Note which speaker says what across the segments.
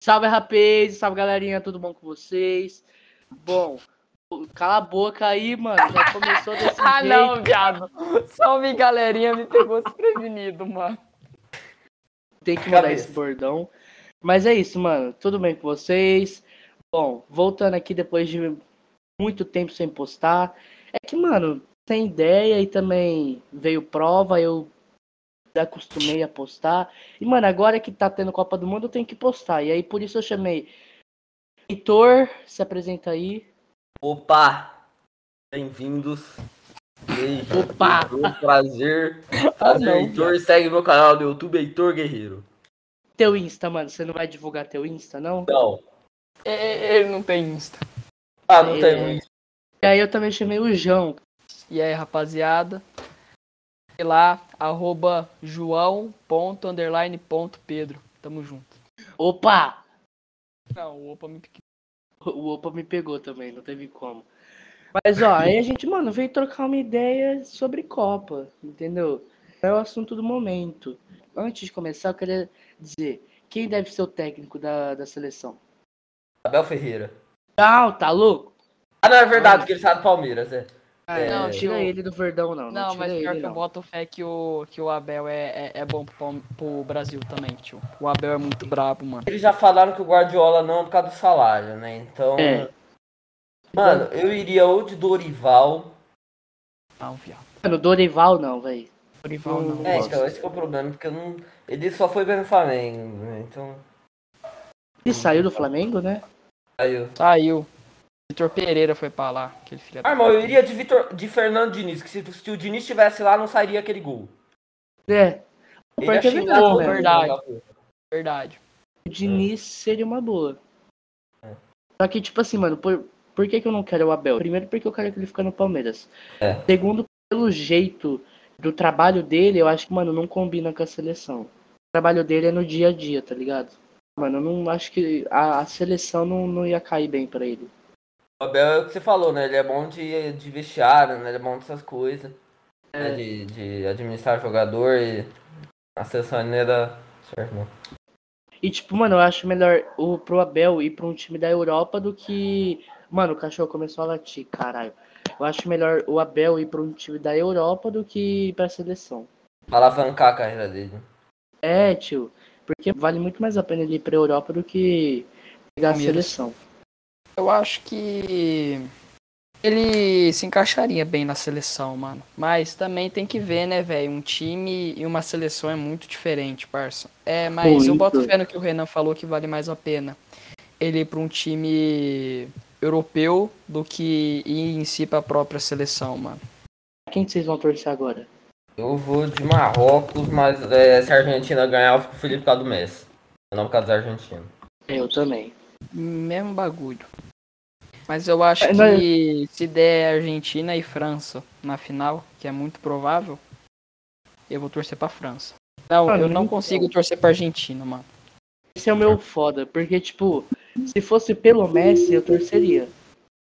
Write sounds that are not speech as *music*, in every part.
Speaker 1: Salve, rapaz! Salve, galerinha! Tudo bom com vocês? Bom, cala a boca aí, mano. Já começou desse
Speaker 2: *laughs* Ah,
Speaker 1: jeito.
Speaker 2: não, viado. Salve, galerinha. Me pegou desprevenido, mano.
Speaker 1: Tem que mudar
Speaker 3: Cabeça.
Speaker 1: esse bordão. Mas é isso, mano. Tudo bem com vocês? Bom, voltando aqui depois de muito tempo sem postar. É que, mano, sem ideia e também veio prova, eu acostumei a postar. E, mano, agora que tá tendo Copa do Mundo, eu tenho que postar. E aí, por isso eu chamei Heitor, se apresenta aí.
Speaker 3: Opa! Bem-vindos. E aí,
Speaker 1: Opa! Ah,
Speaker 3: Foi um
Speaker 1: *laughs*
Speaker 3: prazer. Prazer,
Speaker 2: não,
Speaker 3: Heitor. Segue meu canal do YouTube, Heitor Guerreiro.
Speaker 1: Teu Insta, mano. Você não vai divulgar teu Insta, não?
Speaker 3: Não.
Speaker 2: E- e- É, Ele não tem Insta.
Speaker 3: Ah, não
Speaker 1: É.
Speaker 3: tem muito.
Speaker 1: E aí eu também chamei o João.
Speaker 2: E aí, rapaziada? Sei lá, arroba joão.underline.pedro. Tamo junto.
Speaker 1: Opa!
Speaker 2: Não, opa, me pequeno.
Speaker 1: O Opa me pegou também, não teve como. Mas ó, aí a gente, mano, veio trocar uma ideia sobre Copa, entendeu? É o assunto do momento. Antes de começar, eu queria dizer quem deve ser o técnico da, da seleção.
Speaker 3: Abel Ferreira.
Speaker 1: Não, tá louco?
Speaker 3: Ah, não, é verdade, que ele sai do Palmeiras, é. É.
Speaker 1: Ah, não, tira
Speaker 2: eu-
Speaker 1: ele do verdão, não. Não,
Speaker 2: Não,
Speaker 1: tira
Speaker 2: mas pior
Speaker 1: ele,
Speaker 2: que eu
Speaker 1: não.
Speaker 2: boto fé que o, que o Abel é, é, é bom pro, Palme- pro Brasil também, tio. O Abel é muito brabo, mano.
Speaker 3: Eles já falaram que o Guardiola não é por causa do salário, né? Então.
Speaker 1: É.
Speaker 3: Mano, eu iria ou de Dorival.
Speaker 2: Não, viado.
Speaker 1: Mano, Dorival não, velho.
Speaker 2: Dorival
Speaker 1: Não,
Speaker 2: não.
Speaker 3: É,
Speaker 1: gosto.
Speaker 3: então, esse que é o problema, porque eu não. Ele só foi bem no Flamengo, né? Então.
Speaker 1: Ele saiu do Flamengo, né?
Speaker 3: Aí eu.
Speaker 2: Saiu. Vitor Pereira foi pra lá, aquele filho
Speaker 3: Ah,
Speaker 2: da...
Speaker 3: irmão, eu iria de, Vitor, de Fernando Diniz, que se, se o Diniz estivesse lá, não sairia aquele gol.
Speaker 1: É.
Speaker 3: Ele
Speaker 1: Pior
Speaker 3: ia
Speaker 1: que é verdade,
Speaker 3: xingar todo
Speaker 1: né?
Speaker 3: mundo
Speaker 2: verdade.
Speaker 3: naquela porra.
Speaker 2: Verdade.
Speaker 1: O Diniz seria uma boa.
Speaker 3: Hum. É.
Speaker 1: Só que, tipo assim, mano, por, por que, que eu não quero o Abel? Primeiro, porque eu quero que ele fica no Palmeiras.
Speaker 3: É.
Speaker 1: Segundo, pelo jeito do trabalho dele, eu acho que, mano, não combina com a seleção. O trabalho dele é no dia a dia, tá ligado? Mano, eu não acho que a, a seleção não, não ia cair bem pra ele.
Speaker 3: O Abel é o que você falou, né? Ele é bom de, de vestiário, né? Ele é bom dessas coisas. né? De, de administrar jogador e a né? seleção ainda era certo, não.
Speaker 1: E, tipo, mano, eu acho melhor o, pro Abel ir pra um time da Europa do que. Mano, o cachorro começou a latir, caralho. Eu acho melhor o Abel ir pra um time da Europa do que ir pra seleção.
Speaker 3: Alavancar a carreira dele.
Speaker 1: É, tio. Porque vale muito mais a pena ele ir pra Europa do que pegar a
Speaker 2: Palmeiras.
Speaker 1: seleção.
Speaker 2: Eu acho que ele se encaixaria bem na seleção, mano. Mas também tem que ver, né, velho? Um time e uma seleção é muito diferente, parça. É, mas eu
Speaker 1: Muito.
Speaker 2: boto fé no que o Renan falou que vale mais a pena ele ir pra um time europeu do que ir em si pra própria seleção, mano.
Speaker 1: Quem que vocês vão torcer agora?
Speaker 3: Eu vou de Marrocos, mas é, se a Argentina ganhar, eu fico feliz por causa do Messi. Não por causa da Argentina.
Speaker 1: Eu também.
Speaker 2: Mesmo bagulho. Mas eu acho
Speaker 1: É, nós-
Speaker 2: que se der Argentina e França na final, que é muito provável, eu vou torcer pra França. Não,
Speaker 1: Ah,
Speaker 2: eu
Speaker 1: não
Speaker 2: não consigo torcer pra Argentina, mano.
Speaker 1: Esse é o meu foda, porque, tipo, se fosse pelo Messi, eu torceria.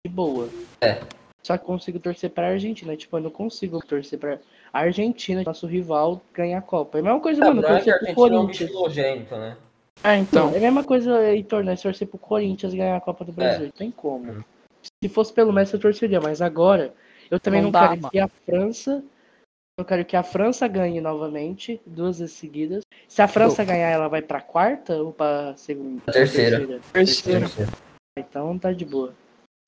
Speaker 1: De boa.
Speaker 3: É.
Speaker 1: Só que eu consigo torcer pra Argentina. Tipo, eu não consigo torcer pra Argentina, nosso rival, ganhar a Copa. É a mesma coisa,
Speaker 3: É,
Speaker 1: mano,
Speaker 3: o problema é que a
Speaker 1: torcer pro
Speaker 3: Argentina é um bicho
Speaker 1: Corinthians.
Speaker 3: nojento, né?
Speaker 1: Ah, então.
Speaker 2: Então. É.
Speaker 1: É a mesma coisa, Heitor, né? Se torcer pro Corinthians ganhar a Copa do Brasil. Não tem como. Se fosse pelo Messi, eu torceria. Mas agora, eu também não,
Speaker 2: Não dá,
Speaker 1: quero
Speaker 2: mano.
Speaker 1: que a França. Eu quero que a França ganhe novamente, duas vezes seguidas. Se a França ganhar, ela vai pra quarta ou pra segunda?
Speaker 3: Pra terceira.
Speaker 1: Terceira. Então tá de boa.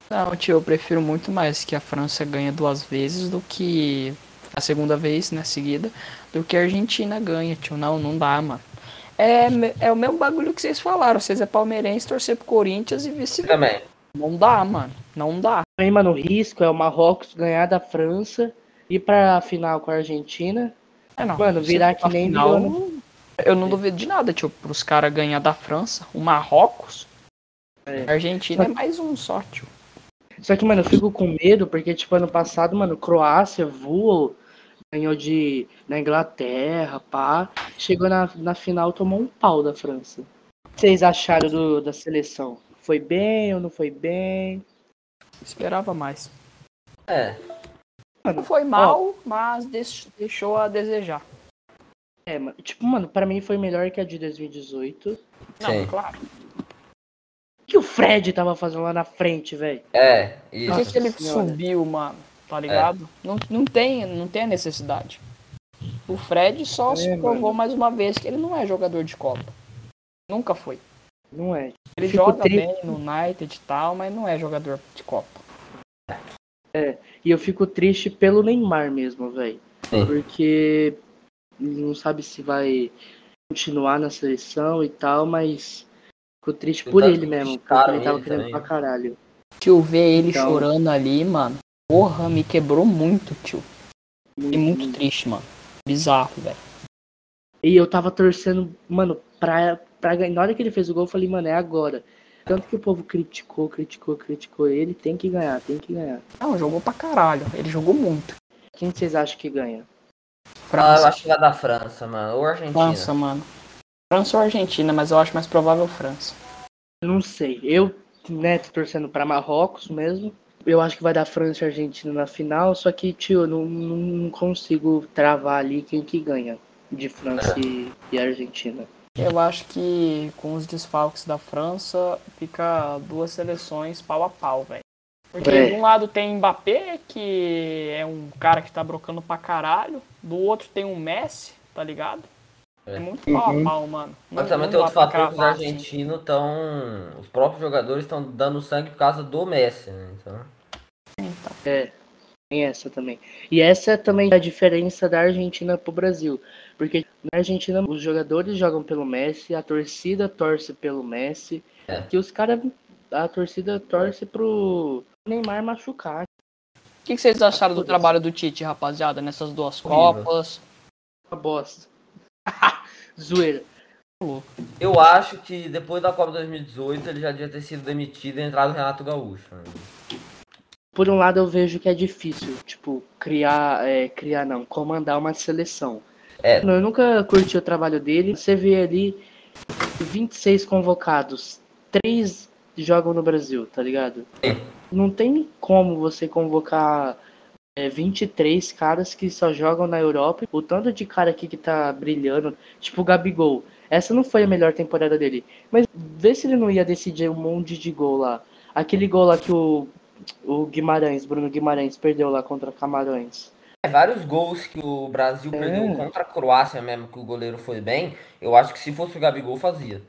Speaker 2: Não, tio, eu prefiro muito mais que a França ganhe duas vezes do que a segunda vez, né, seguida, do que a Argentina ganha, tio. Não, não dá, mano. É, me- é o mesmo bagulho que vocês falaram. Vocês é palmeirense, torcer pro Corinthians e vice-versa.
Speaker 3: Também.
Speaker 2: Não dá, mano. Não dá.
Speaker 1: Aí, mano, o risco é o Marrocos ganhar da França, ir pra final com a Argentina.
Speaker 2: É, não.
Speaker 1: Mano,
Speaker 2: Se
Speaker 1: virar
Speaker 2: for pra
Speaker 1: que nem
Speaker 2: final,
Speaker 1: virou
Speaker 2: Eu não duvido de nada, tipo, pros caras ganhar da França, o Marrocos.
Speaker 1: É.
Speaker 2: A Argentina é mais um só, tio.
Speaker 1: Só que, mano, eu fico com medo, porque, tipo, ano passado, mano, Croácia voou, ganhou de na Inglaterra, pá. Chegou na, na final, tomou um pau da França. O que vocês acharam do- da seleção? Foi bem ou não foi bem?
Speaker 2: Esperava mais.
Speaker 3: É.
Speaker 2: Não foi mal, mas deix- deixou a desejar.
Speaker 1: É, mano, tipo, mano, pra mim foi melhor que a de 2018.
Speaker 2: Não,
Speaker 3: Sim.
Speaker 2: claro.
Speaker 1: que o Fred tava fazendo lá na frente, velho?
Speaker 3: É,
Speaker 2: Por
Speaker 3: isso.
Speaker 2: que, que ele
Speaker 1: Senhora.
Speaker 2: subiu, mano? Tá ligado? Não, não, tem, não tem a necessidade. O Fred só
Speaker 1: É,
Speaker 2: se provou mais uma vez que ele não é jogador de Copa. Nunca foi.
Speaker 1: Não é.
Speaker 2: Ele
Speaker 1: Fico
Speaker 2: joga
Speaker 1: triste.
Speaker 2: bem no United e tal, mas não é jogador de Copa.
Speaker 1: E eu fico triste pelo Neymar mesmo, velho.
Speaker 3: Sim.
Speaker 1: Porque ele não sabe se vai continuar na seleção e tal, mas fico triste
Speaker 3: Ele
Speaker 1: por
Speaker 3: tá
Speaker 1: ele mesmo. Porque
Speaker 3: criticado
Speaker 1: ele tava
Speaker 3: ele
Speaker 1: querendo
Speaker 3: também.
Speaker 1: pra caralho.
Speaker 2: Tio, ver ele
Speaker 1: Então-
Speaker 2: chorando ali, mano. Porra, me quebrou muito, tio. E muito triste, mano. Bizarro, velho.
Speaker 1: Hum. E eu tava torcendo, mano, pra, pra ganhar. Na hora que ele fez o gol, eu falei, mano, é agora. Tanto que o povo criticou, criticou, criticou ele, tem que ganhar, tem que ganhar.
Speaker 2: Não, jogou pra caralho. Ele jogou muito.
Speaker 1: Quem vocês acham que ganha?
Speaker 3: Ah, eu
Speaker 2: França,
Speaker 3: acho que vai dar França, mano. Ou Argentina.
Speaker 2: França, mano. França ou Argentina, mas eu acho mais provável França.
Speaker 1: Não sei. Eu, né, tô torcendo pra Marrocos mesmo. Eu acho que vai dar França e Argentina na final, só que, tio, eu não, não não consigo travar ali quem que ganha de França e, e Argentina.
Speaker 2: Eu acho que com os desfalques da França fica duas seleções pau a pau, velho. Porque
Speaker 1: É.
Speaker 2: de um lado tem Mbappé, que é um cara que tá brocando pra caralho. Do outro tem o Messi, tá ligado?
Speaker 3: É.
Speaker 2: É muito pau
Speaker 1: Uhum.
Speaker 2: a pau, mano.
Speaker 3: Mas
Speaker 2: Não-
Speaker 3: também
Speaker 2: não
Speaker 3: tem
Speaker 2: dá
Speaker 3: outro
Speaker 2: pra
Speaker 3: fator que os
Speaker 2: cravar, assim.
Speaker 3: argentinos estão. Os próprios jogadores estão dando sangue por causa do Messi, né? Então.
Speaker 2: Então,
Speaker 1: Tem essa também. E essa é também a diferença da Argentina pro Brasil. Porque na Argentina os jogadores jogam pelo Messi, a torcida torce pelo Messi.
Speaker 3: É.
Speaker 1: Que os caras. A torcida torce pro Neymar machucar.
Speaker 2: O que, que vocês acharam do
Speaker 1: Foda-se.
Speaker 2: trabalho do Tite, rapaziada, nessas duas
Speaker 3: Horrível.
Speaker 2: Copas?
Speaker 1: é Uma bosta. *laughs* Zoeira.
Speaker 3: Eu acho que depois da Copa 2018 ele já devia ter sido demitido e entrado o Renato Gaúcho. né?
Speaker 1: Por um lado eu vejo que é difícil, tipo, criar. é, criar não, comandar uma seleção.
Speaker 3: É.
Speaker 1: Eu nunca curti o trabalho dele. Você vê ali 26 convocados, três jogam no Brasil, tá ligado?
Speaker 3: Sim.
Speaker 1: Não tem como você convocar é, 23 caras que só jogam na Europa. O tanto de cara aqui que tá brilhando, tipo o Gabigol. Essa não foi a melhor temporada dele. Mas vê se ele não ia decidir um monte de gol lá. Aquele gol lá que o, o Guimarães, Bruno Guimarães, perdeu lá contra Camarões.
Speaker 3: É, vários gols que o Brasil
Speaker 1: É.
Speaker 3: perdeu contra a Croácia mesmo, que o goleiro foi bem. Eu acho que se fosse o Gabigol fazia.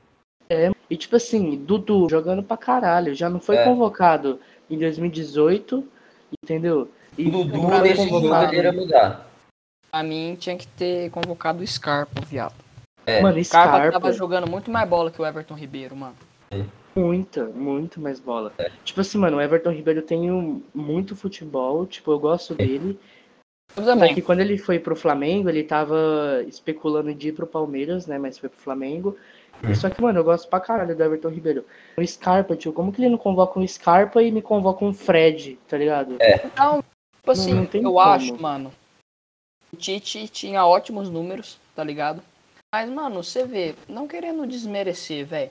Speaker 1: E tipo assim, Dudu jogando pra caralho. Já não foi
Speaker 3: É.
Speaker 1: convocado em 2018, entendeu? E
Speaker 3: O Dudu
Speaker 1: não foi
Speaker 3: nesse jogo
Speaker 1: convocado.
Speaker 3: ele ia mudar.
Speaker 2: Pra mim, tinha que ter convocado o Scarpa, viado.
Speaker 1: Mano,
Speaker 2: O Scarpa,
Speaker 1: Scarpa
Speaker 2: tava jogando muito mais bola que o Everton Ribeiro, mano.
Speaker 1: Muita, muito mais bola.
Speaker 3: É.
Speaker 1: Tipo assim, mano, o Everton Ribeiro tem um, muito futebol, tipo, eu
Speaker 3: É.
Speaker 1: gosto dele.
Speaker 2: Eu
Speaker 1: Só
Speaker 2: também.
Speaker 1: É que quando ele foi pro Flamengo, ele tava especulando de ir pro Palmeiras, né? Mas foi pro Flamengo.
Speaker 3: Hum.
Speaker 1: Só que, mano, eu gosto pra caralho do Everton Ribeiro. O Scarpa, tio, como que ele não convoca um Scarpa e me convoca um Fred, tá ligado?
Speaker 2: Então, tipo assim,
Speaker 1: não tem
Speaker 2: eu
Speaker 1: como.
Speaker 2: acho, mano. O Tite tinha ótimos números, tá ligado? Mas, mano, você vê, não querendo desmerecer, velho.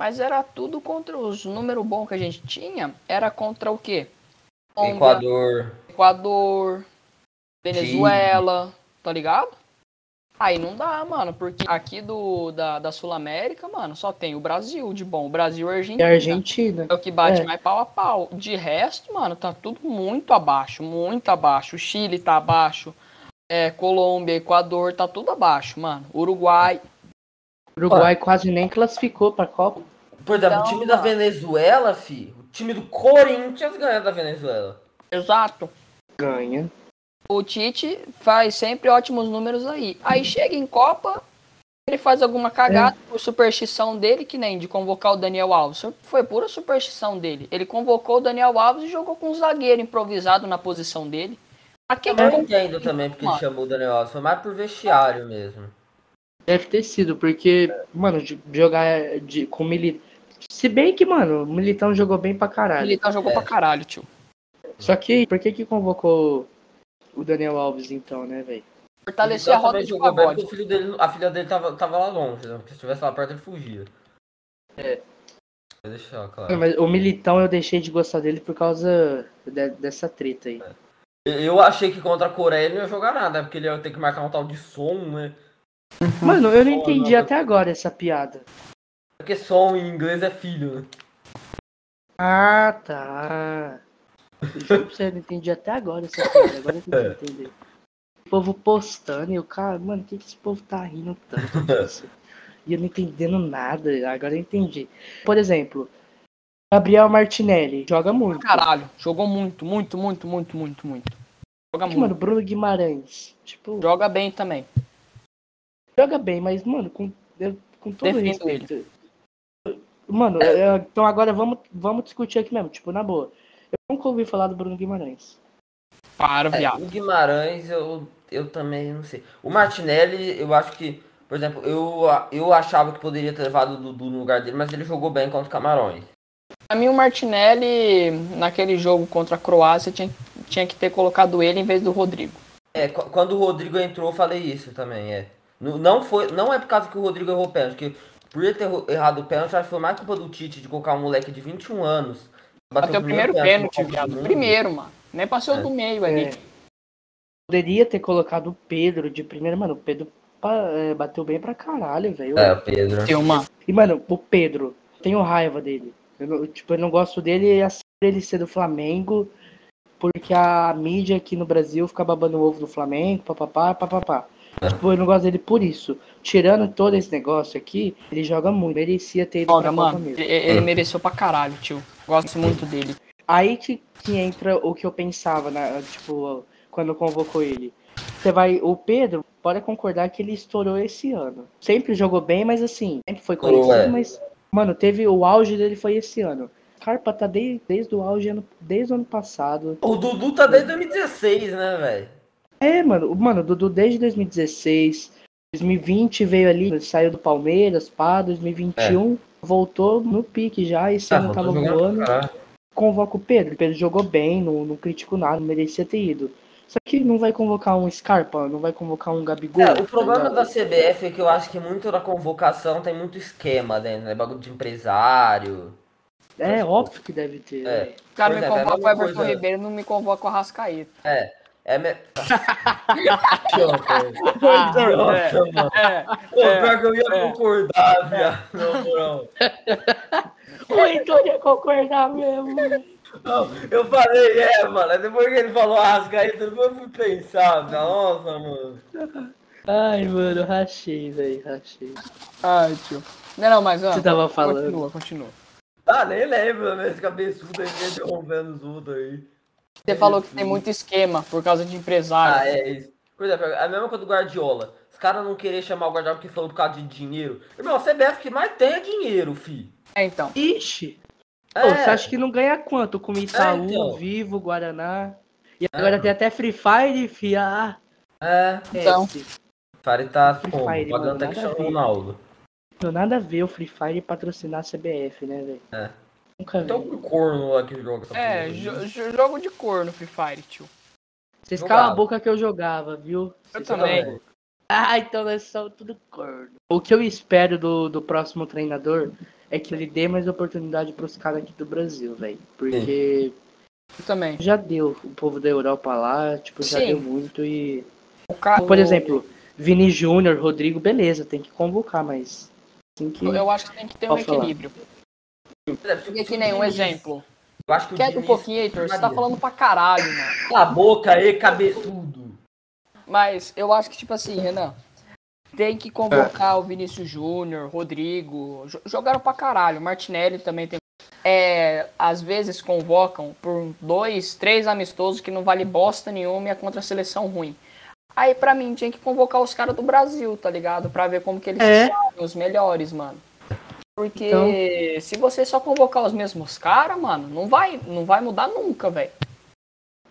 Speaker 2: Mas era tudo contra os números bons que a gente tinha. Era contra o quê? Contra
Speaker 3: Equador.
Speaker 2: Equador, Venezuela, tá ligado? Aí não dá, mano, porque aqui do, da, da Sul América, mano, só tem o Brasil de bom. O Brasil e a
Speaker 1: E
Speaker 2: Argentina.
Speaker 1: a Argentina.
Speaker 2: É o que bate
Speaker 1: É.
Speaker 2: mais pau a pau. De resto, mano, tá tudo muito abaixo, muito abaixo. O Chile tá abaixo, é, Colômbia, Equador, tá tudo abaixo, mano. Uruguai.
Speaker 1: O Uruguai quase nem classificou pra Copa.
Speaker 3: Por exemplo, o
Speaker 2: Então,
Speaker 3: time da
Speaker 2: ó.
Speaker 3: Venezuela, fi. O time do Corinthians ganha da Venezuela.
Speaker 2: Exato.
Speaker 1: Ganha.
Speaker 2: O Tite faz sempre ótimos números aí. Aí chega em Copa, ele faz alguma cagada por superstição dele, que nem de convocar o Daniel Alves. Foi pura superstição dele. Ele convocou o Daniel Alves e jogou com um zagueiro improvisado na posição dele. Aqui
Speaker 3: Eu não entendo também porque ele chamou o Daniel Alves. Foi mais por vestiário mesmo.
Speaker 1: Deve ter sido, porque, mano, de- jogar de, com Militão. Se bem que, mano, o Militão jogou bem pra caralho.
Speaker 2: ele tá jogou
Speaker 3: É.
Speaker 2: pra caralho, tio.
Speaker 1: Só que, por que que convocou o Daniel Alves então, né, velho?
Speaker 2: Fortalecer a
Speaker 3: Então,
Speaker 2: roda
Speaker 3: também
Speaker 2: de
Speaker 3: jogou bem porque
Speaker 2: pagode.
Speaker 3: o filho dele, a filha dele tava, tava lá longe, né? Porque se estivesse lá perto ele fugia.
Speaker 1: É.
Speaker 3: Vou deixar, claro.
Speaker 1: Não, Mas o Militão eu deixei de gostar dele por causa de- dessa treta aí.
Speaker 3: Eu- Eu achei que contra a Coreia ele não ia jogar nada, né? porque ele ia ter que marcar um tal de som, né?
Speaker 1: Mano, eu não
Speaker 3: Olha,
Speaker 1: entendi
Speaker 3: olha.
Speaker 1: até agora essa piada.
Speaker 3: Porque som em inglês é filho, né?
Speaker 1: Ah, tá. Eu juro pra você, não entendi até agora essa história. Agora eu entendi, entender. O povo postando e eu, cara, mano, o que, que esse povo tá rindo tanto disso? E eu não entendendo nada, agora eu entendi. Por exemplo, Gabriel Martinelli joga muito.
Speaker 2: Caralho, jogou muito, muito, muito, muito, muito, muito. Joga
Speaker 1: Aqui,
Speaker 2: muito.
Speaker 1: mano, Bruno Guimarães. Tipo,
Speaker 2: Joga bem também.
Speaker 1: joga bem, mas, mano, com, eu- com todo
Speaker 2: Defendo
Speaker 1: respeito. Mano, eu- então agora vamos, vamos discutir aqui mesmo, tipo, na boa. Eu nunca ouvi falar do Bruno Guimarães.
Speaker 2: Para,
Speaker 3: É,
Speaker 2: viado.
Speaker 3: o Guimarães, eu, eu também não sei. O Martinelli, eu acho que, por exemplo, eu, eu achava que poderia ter levado o Dudu no lugar dele, mas ele jogou bem contra o Camarões.
Speaker 2: Pra mim, o Martinelli, naquele jogo contra a Croácia, tinha, tinha que ter colocado ele em vez do Rodrigo.
Speaker 3: É, qu- quando o Rodrigo entrou, eu falei isso também, é. Não, não, foi, não é por causa que o Rodrigo errou o pênalti, que por ele ter erro- errado o pênalti, acho que foi mais culpa do Tite de colocar um moleque de 21 anos.
Speaker 2: Bateu o primeiro pênalti,
Speaker 3: Copa do
Speaker 2: viado.
Speaker 3: Mundo.
Speaker 2: Primeiro, mano. Nem passou
Speaker 3: um É.
Speaker 2: do meio
Speaker 1: É.
Speaker 2: ali.
Speaker 1: Poderia ter colocado o Pedro de primeira, mano. O Pedro pa- é, bateu bem pra caralho, velho.
Speaker 3: É, o Pedro.
Speaker 2: Tem uma.
Speaker 1: E, mano, o Pedro, tenho raiva dele. Eu, não- tipo, eu não gosto dele assim, ele ser do Flamengo, porque a mídia aqui no Brasil fica babando o ovo do Flamengo, papapá, papapá. Tipo, eu não gosto dele por isso. Tirando todo esse negócio aqui, ele joga muito. Merecia ter ido
Speaker 3: um
Speaker 1: pra
Speaker 2: Olha,
Speaker 1: Copa
Speaker 2: mano.
Speaker 1: mesmo.
Speaker 2: Ele, ele mereceu pra caralho, tio. Gosto muito dele.
Speaker 1: Aí que, que entra o que eu pensava, na, tipo, quando convocou ele. Você vai. O Pedro, pode concordar que ele estourou esse ano. Sempre jogou bem, mas assim, sempre foi
Speaker 3: Estourou,
Speaker 1: conhecido,
Speaker 3: é.
Speaker 1: mas. Mano, teve. O auge dele foi esse ano. Carpa tá desde, desde o auge ano- desde o ano passado.
Speaker 3: O Dudu tá desde 2016, né, velho?
Speaker 1: É, mano, o- mano, o Dudu desde 2016. 2020 veio ali, saiu do Palmeiras, pá, 2021, voltou no pique já, esse
Speaker 3: Ah,
Speaker 1: ano tá tava voando. convoca o Pedro. O Pedro jogou bem, não, não critico nada, não merecia ter ido. Só que não vai convocar um Scarpa, não vai convocar um Gabigol.
Speaker 3: É, o problema
Speaker 1: tá
Speaker 3: da
Speaker 1: ligado?
Speaker 3: CBF é que eu acho que muito da convocação tem muito esquema dentro, né? Bagulho de empresário.
Speaker 1: É óbvio que deve ter.
Speaker 3: É.
Speaker 1: né?
Speaker 2: O cara
Speaker 3: Pois
Speaker 2: me
Speaker 3: é,
Speaker 2: convoca
Speaker 3: velho,
Speaker 2: o Everton
Speaker 3: coisa-
Speaker 2: Ribeiro, não me convoca o Arrascaeta.
Speaker 3: É
Speaker 2: *laughs*
Speaker 3: me... *laughs*
Speaker 2: Ah,
Speaker 3: Idiota, velho. Nossa, mano.
Speaker 1: *laughs*
Speaker 2: é,
Speaker 3: Pô,
Speaker 2: É,
Speaker 3: pior que eu ia
Speaker 2: é.
Speaker 3: concordar, viado. Não, não.
Speaker 1: O Heitor então ia concordar mesmo.
Speaker 3: Não, eu falei, é, mano. Aí Depois que ele falou Arrascaeta, depois eu fui pensar. tá? Nossa, mano.
Speaker 1: Ai, mano, rachei, velho, rachei.
Speaker 3: Tá
Speaker 2: Ai, tio. Não, não, mas ó,
Speaker 1: Você tava falando.
Speaker 2: continua, continua.
Speaker 3: Ah, nem lembro, né? Esse cabeçudo aí fica interrompendo tá os outros aí.
Speaker 2: Você falou que tem muito esquema por causa de
Speaker 3: Ah,
Speaker 2: empresário.
Speaker 3: é isso. Por exemplo, a mesma coisa do Guardiola. Os caras não querer chamar o Guardiola porque falou por causa de dinheiro. Irmão, a CBF que mais tem é dinheiro, fi.
Speaker 2: É, então.
Speaker 1: Ixi!
Speaker 3: É,
Speaker 1: Pô, você acha que não ganha quanto com Itaú,
Speaker 3: É, então.
Speaker 1: Vivo, Guaraná? E agora tem até Free Fire, fia. Ah,
Speaker 3: é.
Speaker 2: Então.
Speaker 1: esquece.
Speaker 3: Fari tá
Speaker 1: Free
Speaker 3: como?
Speaker 1: Fire, mano,
Speaker 3: Pagando até que
Speaker 1: nada a
Speaker 3: chama o
Speaker 1: ver.
Speaker 3: Ronaldo.
Speaker 1: Não nada a ver o Free Fire patrocinar a CBF, né, velho?
Speaker 3: É.
Speaker 1: Nunca vi.
Speaker 3: Então com o corno lá que joga essa
Speaker 2: É,
Speaker 3: porra.
Speaker 2: jo- jo- jogo de cor no Free Fire, tio.
Speaker 1: Vocês
Speaker 3: Jogava.
Speaker 1: calam a boca que eu jogava, viu? Vocês calam a
Speaker 2: também.
Speaker 1: boca. Ah, então nós somos tudo corno. O que eu espero do, do próximo treinador é que ele dê mais oportunidade pros caras aqui do Brasil, velho. Porque
Speaker 2: Eu também.
Speaker 1: já deu o povo da Europa lá, tipo, já
Speaker 2: Sim.
Speaker 1: deu muito e...
Speaker 2: O ca-
Speaker 1: Por exemplo, Vini Júnior, Rodrigo, beleza, tem que convocar, mas... Assim que...
Speaker 2: Eu, eu acho que tem que ter um
Speaker 1: Posso falar?
Speaker 2: equilíbrio.
Speaker 1: é
Speaker 2: E aqui
Speaker 3: Se o
Speaker 2: nem um
Speaker 3: Diniz-
Speaker 2: exemplo.
Speaker 3: Eu acho que o
Speaker 2: Quer um
Speaker 3: Diniz-
Speaker 2: pouquinho, Heitor? Você tá
Speaker 3: Maria.
Speaker 2: falando pra caralho, mano.
Speaker 3: Cala a boca aí, cabeçudo.
Speaker 2: Mas eu acho que, tipo assim, Renan, tem que convocar o Vinícius Júnior, Rodrigo. jo- Jogaram pra caralho. Martinelli também tem. É, às vezes convocam por dois, três amistosos que não vale bosta nenhuma e é contra a seleção ruim. Aí, pra mim, tinha que convocar os caras do Brasil, tá ligado? Pra ver como que eles
Speaker 1: É.
Speaker 2: são os melhores, mano. Porque
Speaker 1: Então.
Speaker 2: se você só convocar os mesmos caras, mano, não vai, não vai mudar nunca, velho.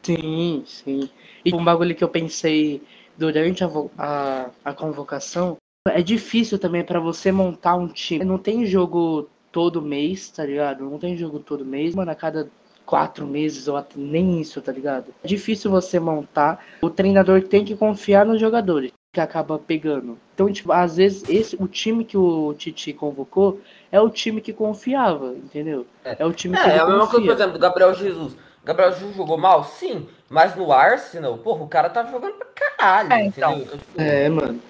Speaker 1: Sim, sim. E um bagulho que eu pensei durante a, vo- a, a convocação, é difícil também pra você montar um time. Não tem jogo todo mês, tá ligado? Não tem jogo todo mês, mano, a cada quatro meses ou até nem isso, tá ligado? É difícil você montar. O treinador tem que confiar nos jogadores que acaba pegando. Então, tipo, às vezes esse, o time que o Titi convocou é o time que confiava, entendeu?
Speaker 3: É.
Speaker 1: É o time que
Speaker 3: É,
Speaker 1: ele
Speaker 3: é a mesma coisa,
Speaker 1: confia.
Speaker 3: por exemplo, do Gabriel Jesus. Gabriel Jesus jogou mal? Sim, mas no Arsenal, porra, o cara tava jogando pra caralho,
Speaker 2: É, então.
Speaker 3: entendeu? Tipo,
Speaker 1: É, mano.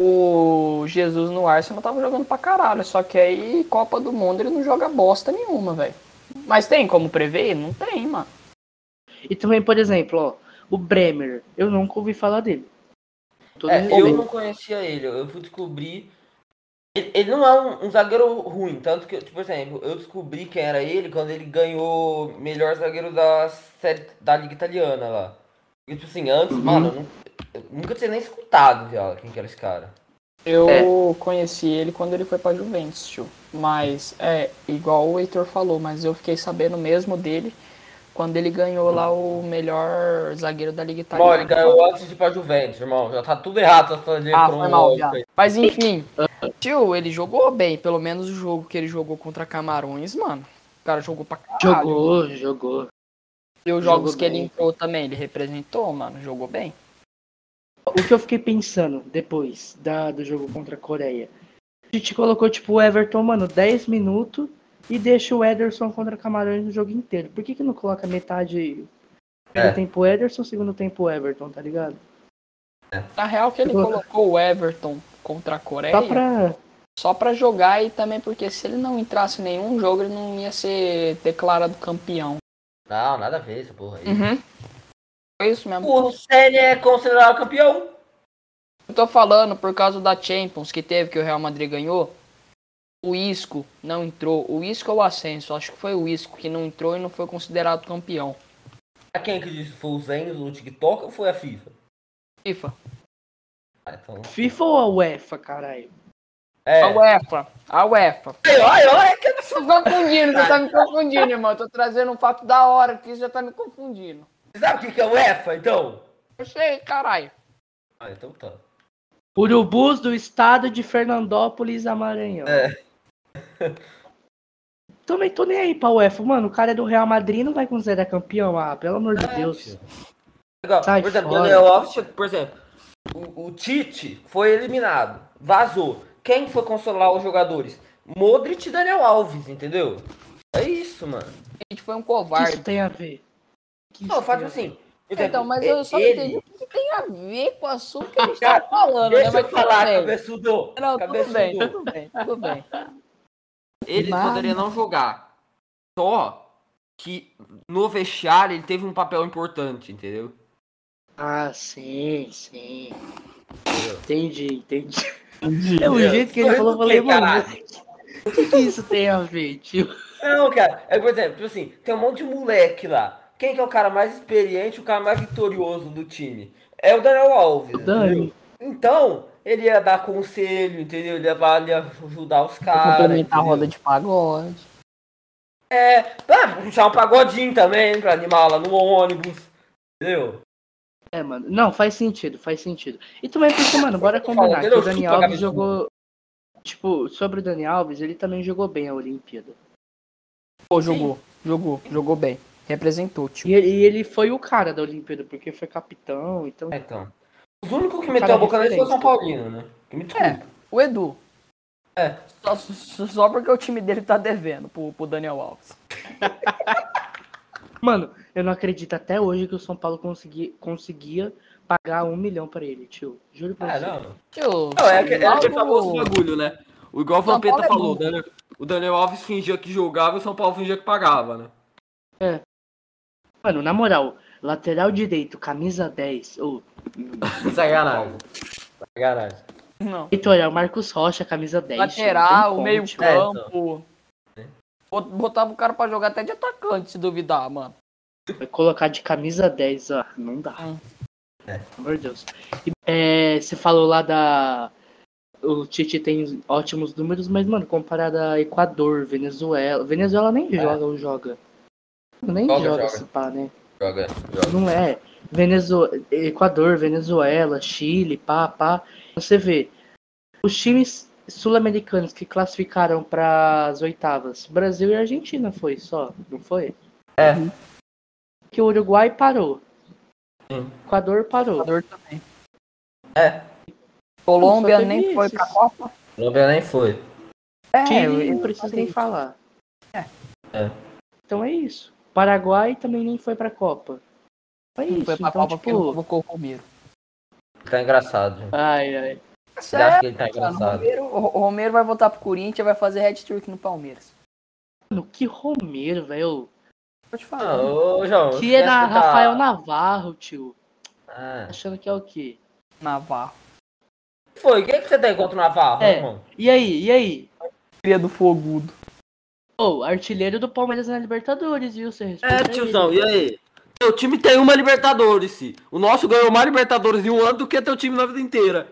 Speaker 2: O Jesus no Arsenal tava jogando pra caralho, só que aí Copa do Mundo ele não joga bosta nenhuma, velho. Mas tem como prever? Não tem, mano.
Speaker 1: E também,
Speaker 3: Uhum.
Speaker 1: por exemplo, ó, o Bremer, eu nunca ouvi falar dele. Todo
Speaker 3: É, eu
Speaker 1: respeito.
Speaker 3: não conhecia ele, eu fui descobrir. Ele, ele não é um, um zagueiro ruim, tanto que, tipo, por exemplo, eu descobri quem era ele quando ele ganhou melhor zagueiro da série da Liga Italiana lá. E, tipo assim, antes,
Speaker 1: Uhum.
Speaker 3: mano, eu, nu- eu nunca tinha nem escutado, viado, quem que era esse cara. É.
Speaker 2: Eu conheci ele quando ele foi pra Juventus, tio. Mas, é, igual o Heitor falou, mas eu fiquei sabendo mesmo dele quando ele ganhou lá o melhor zagueiro da Liga
Speaker 3: Bom,
Speaker 2: Italiana.
Speaker 3: ele ganhou antes de ir pra Juventus, irmão. Já tá tudo errado essa história de
Speaker 2: Ah, foi mal,
Speaker 3: cronológica
Speaker 2: viado.
Speaker 3: aí.
Speaker 2: Mas enfim, tio, ele jogou bem, pelo menos o jogo que ele jogou contra Camarões, mano. O cara jogou pra caralho.
Speaker 1: Jogou, jogou.
Speaker 2: E os jogos
Speaker 1: jogou
Speaker 2: que ele
Speaker 1: bem.
Speaker 2: entrou também, ele representou, mano, jogou bem.
Speaker 1: O que eu fiquei pensando depois da, do jogo contra a Coreia? A gente colocou, tipo, o Everton, mano, 10 minutos e deixa o Ederson contra Camarões no jogo inteiro. Por que, que não coloca metade.
Speaker 3: É.
Speaker 1: Primeiro tempo Ederson, segundo tempo Everton, tá ligado?
Speaker 2: Na real que ele
Speaker 1: Jogou.
Speaker 2: colocou o Everton contra a
Speaker 3: É
Speaker 2: Coreia.
Speaker 1: Só pra.
Speaker 2: Só pra jogar e também porque se ele não entrasse em nenhum jogo, ele não ia ser declarado campeão.
Speaker 3: Não, nada a ver essa porra aí.
Speaker 1: Uhum.
Speaker 2: Foi isso mesmo.
Speaker 3: O Senna é considerado campeão.
Speaker 2: Eu tô falando por causa da Champions que teve, que o Real Madrid ganhou. O Isco não entrou. O Isco é o Ascenso. Acho que foi o Isco que não entrou e não foi considerado campeão.
Speaker 3: A quem que disse? Foi o Zenzo no TikTok ou foi a FIFA?
Speaker 2: FIFA.
Speaker 3: Ah, então...
Speaker 1: FIFA ou a UEFA, caralho?
Speaker 3: É.
Speaker 2: A UEFA. A UEFA.
Speaker 3: Ai, ai, ai, que
Speaker 2: Tô confundindo, você tá me confundindo, irmão. Tô trazendo um fato da hora que você já tá me confundindo.
Speaker 3: Sabe o que, que é o EFA, então?
Speaker 2: Eu sei, caralho.
Speaker 3: Ah, então tá.
Speaker 1: Urubus do estado de Fernandópolis, a Maranhão.
Speaker 3: É.
Speaker 1: *laughs* Também tô nem aí pra UEFA, mano. O cara é do Real Madrid não vai considerar campeão, ah, pelo amor de Deus.
Speaker 3: Legal.
Speaker 1: Sai
Speaker 3: por exemplo, o
Speaker 1: fora.
Speaker 3: Daniel Alves, chegou- por exemplo, o, o Tite foi eliminado, vazou. Quem foi consolar os jogadores? Modric e Daniel Alves, entendeu? É isso, mano.
Speaker 2: A gente foi um
Speaker 1: O que
Speaker 2: covarde.
Speaker 1: isso tem a ver? O que isso
Speaker 3: Não, faz
Speaker 1: tem a ver?
Speaker 3: assim. por exemplo,
Speaker 2: Então, mas eu só não
Speaker 3: ele-
Speaker 2: entendi o que que tem a ver com o assunto que a gente tá falando, né?
Speaker 3: Deixa
Speaker 2: Mas
Speaker 3: eu
Speaker 2: tudo
Speaker 3: falar,
Speaker 2: bem.
Speaker 3: cabeçudo.
Speaker 2: Não, tudo
Speaker 3: cabeçudo.
Speaker 2: bem, tudo bem, tudo bem.
Speaker 3: Ele
Speaker 2: Mas-
Speaker 3: poderia não jogar. Só que no vestiário ele teve um papel importante, entendeu?
Speaker 1: Ah, sim, sim.
Speaker 3: Entendeu?
Speaker 1: Entendi, entendi. É o jeito que ele
Speaker 3: Mas
Speaker 1: falou, eu
Speaker 3: do
Speaker 1: falei,
Speaker 3: que,
Speaker 1: mano,
Speaker 3: caralho?
Speaker 1: o que, que isso tem a ver, tio?
Speaker 3: Não, cara. É, por exemplo, tipo assim, tem um monte de moleque lá. Quem que é o cara mais experiente, o cara mais vitorioso do time? É o Daniel Alves.
Speaker 1: Dani.
Speaker 3: entendeu? Então, ele ia dar conselho, entendeu? Ele ia, lá, ele ia ajudar os caras.
Speaker 2: Complementar a
Speaker 3: entendeu?
Speaker 2: roda de pagode.
Speaker 3: Ah, puxar um pagodinho também pra animar lá no ônibus. Entendeu?
Speaker 1: É, mano. Não, faz sentido, faz sentido. E também porque, mano, bora
Speaker 3: Eu tô falando,
Speaker 1: combinar que
Speaker 3: entendeu?
Speaker 1: o Dani
Speaker 3: Chupa,
Speaker 1: Alves
Speaker 3: cabeçudo.
Speaker 1: jogou. Tipo, sobre o Dani Alves, ele também jogou bem a Olimpíada.
Speaker 2: Pô, jogou, jogou, jogou bem. Representou, tio.
Speaker 1: E ele, e ele foi o cara da Olimpíada, porque foi capitão, então.
Speaker 3: É, Então. Os únicos que
Speaker 1: Cara
Speaker 3: meteu a boca nele foi o
Speaker 1: diferente.
Speaker 3: São Paulino, né? Que me desculpa.
Speaker 2: É. O Edu.
Speaker 3: É.
Speaker 2: Só, só só porque o time dele tá devendo pro, pro Daniel Alves.
Speaker 1: Mano, eu não acredito até hoje que o São Paulo consegui, conseguia pagar um milhão pra ele, tio. Juro pra
Speaker 3: Ah,
Speaker 1: você.
Speaker 3: não.
Speaker 2: Tio,
Speaker 3: Não, é
Speaker 2: São
Speaker 3: aquele, é aquele famoso
Speaker 2: Paulo-
Speaker 3: bagulho, né? O igual o
Speaker 2: São Paulo
Speaker 3: Vampeta
Speaker 2: é
Speaker 3: falou,
Speaker 2: bom.
Speaker 3: o Daniel- o Daniel Alves fingia que jogava e o São Paulo fingia que pagava, né?
Speaker 1: Mano, na moral, lateral direito, camisa 10, ou
Speaker 3: Sacanagem. Sacanagem.
Speaker 2: Não.
Speaker 1: Vitorial, é Marcos Rocha, camisa 10.
Speaker 2: Lateral, meio
Speaker 1: tio.
Speaker 3: É,
Speaker 2: campo. Bot- Botava o cara pra jogar até de atacante, se duvidar, mano.
Speaker 1: Vai colocar de camisa 10, ó. Não dá.
Speaker 2: Hum.
Speaker 3: É.
Speaker 1: Pelo amor de Deus. E, é, você falou lá da. O Tite tem ótimos números, mas, mano, comparado a Equador, Venezuela. Venezuela nem joga ou joga. Nem
Speaker 3: É. Joga,
Speaker 1: joga,
Speaker 3: joga.
Speaker 1: se pá, né?
Speaker 3: Joga, joga.
Speaker 1: Não é. Venezuela, Equador, Venezuela, Chile, pá, pá. Você vê. Os times sul-americanos que classificaram para as oitavas, Brasil e Argentina foi só, não foi? Uhum.
Speaker 3: É.
Speaker 1: Que o Uruguai parou.
Speaker 3: Sim.
Speaker 1: Equador parou.
Speaker 2: Equador também.
Speaker 3: É.
Speaker 2: Colômbia
Speaker 1: Só teve
Speaker 2: nem foi
Speaker 1: esses.
Speaker 2: pra Copa.
Speaker 3: Colômbia nem foi.
Speaker 2: É, eu-
Speaker 1: Chile
Speaker 2: eu
Speaker 1: não precisa nem
Speaker 2: falei.
Speaker 1: falar.
Speaker 2: É.
Speaker 3: É.
Speaker 1: Então é isso. Paraguai também nem foi pra Copa. É isso.
Speaker 2: Não foi pra
Speaker 1: então,
Speaker 2: Copa porque não
Speaker 1: tipo...
Speaker 2: convocou o Romero.
Speaker 3: Tá engraçado.
Speaker 1: Ai, ai.
Speaker 3: acha que ele
Speaker 2: Sério,
Speaker 3: tá
Speaker 2: é, mano,
Speaker 3: engraçado?
Speaker 2: O Romero, o Romero vai voltar pro Corinthians e vai fazer hat-trick no Palmeiras.
Speaker 1: Mano, que Romero, velho.
Speaker 2: Pode
Speaker 3: Ah,
Speaker 2: falar.
Speaker 3: ô, João.
Speaker 1: Que é
Speaker 3: esquece
Speaker 1: na
Speaker 3: que tá-
Speaker 1: Rafael Navarro, tio.
Speaker 3: Ah.
Speaker 1: Achando que é o quê?
Speaker 2: Navarro.
Speaker 3: Foi, o que, é que você tem contra o Navarro,
Speaker 1: É.
Speaker 3: irmão?
Speaker 1: E aí, e aí?
Speaker 2: Cria do *laughs* fogudo.
Speaker 1: Ô, artilheiro do Palmeiras na Libertadores, viu? Você
Speaker 4: É,
Speaker 1: respeita
Speaker 4: tiozão,
Speaker 1: ele.
Speaker 4: e aí? Teu time tem uma Libertadores, se. O nosso ganhou mais Libertadores em um ano do que teu time na vida inteira.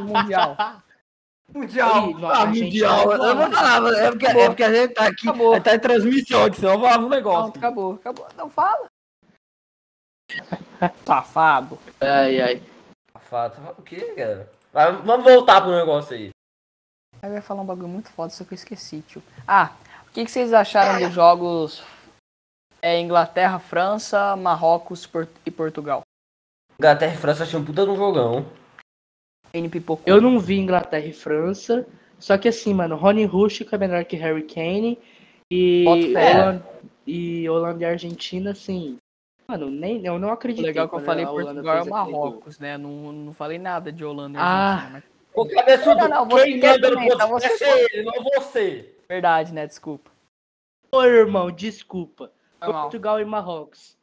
Speaker 2: O Mundial.
Speaker 4: Mundial.
Speaker 1: Ih, nossa,
Speaker 4: ah,
Speaker 1: gente,
Speaker 4: mundial.
Speaker 1: acabou.
Speaker 4: Eu vou falar, mano, é porque, é porque a gente tá aqui,
Speaker 2: Acabou.
Speaker 4: a gente tá em transmissão, que senão eu falava um
Speaker 2: Pronto,
Speaker 4: negócio.
Speaker 2: acabou, acabou. Não fala. *laughs* Safado.
Speaker 1: Ai, ai.
Speaker 3: Safado, safado tá- o quê, cara? Vai, vamos voltar pro negócio aí.
Speaker 2: Eu ia falar um bagulho muito foda, só que eu esqueci, tio. Ah, o que, que vocês acharam dos jogos é, Inglaterra, França, Marrocos Por- e Portugal?
Speaker 3: Inglaterra e França achei um puta de um jogão.
Speaker 2: N pipocou.
Speaker 1: Eu não vi Inglaterra e França. Só que assim, mano, Rony Rústico é menor que Harry Kane. E
Speaker 2: Bota fé.
Speaker 1: Holanda, e, Holanda e Argentina, assim. Mano, nem, eu não
Speaker 2: O
Speaker 1: acredito.
Speaker 2: legal que eu falei Portugal é Marrocos, né? Não, não falei nada de Holanda. e
Speaker 1: Ah.
Speaker 2: Argentina, mas...
Speaker 3: Ô, cabeçudo,
Speaker 2: Não, não, não, você
Speaker 3: quem
Speaker 2: quer
Speaker 3: manda no
Speaker 2: comentar,
Speaker 3: podcast
Speaker 2: você
Speaker 3: é ele, não você.
Speaker 2: Verdade, né? Desculpa.
Speaker 1: Ô, irmão, desculpa.
Speaker 2: Foi mal.
Speaker 1: Portugal e Marrocos.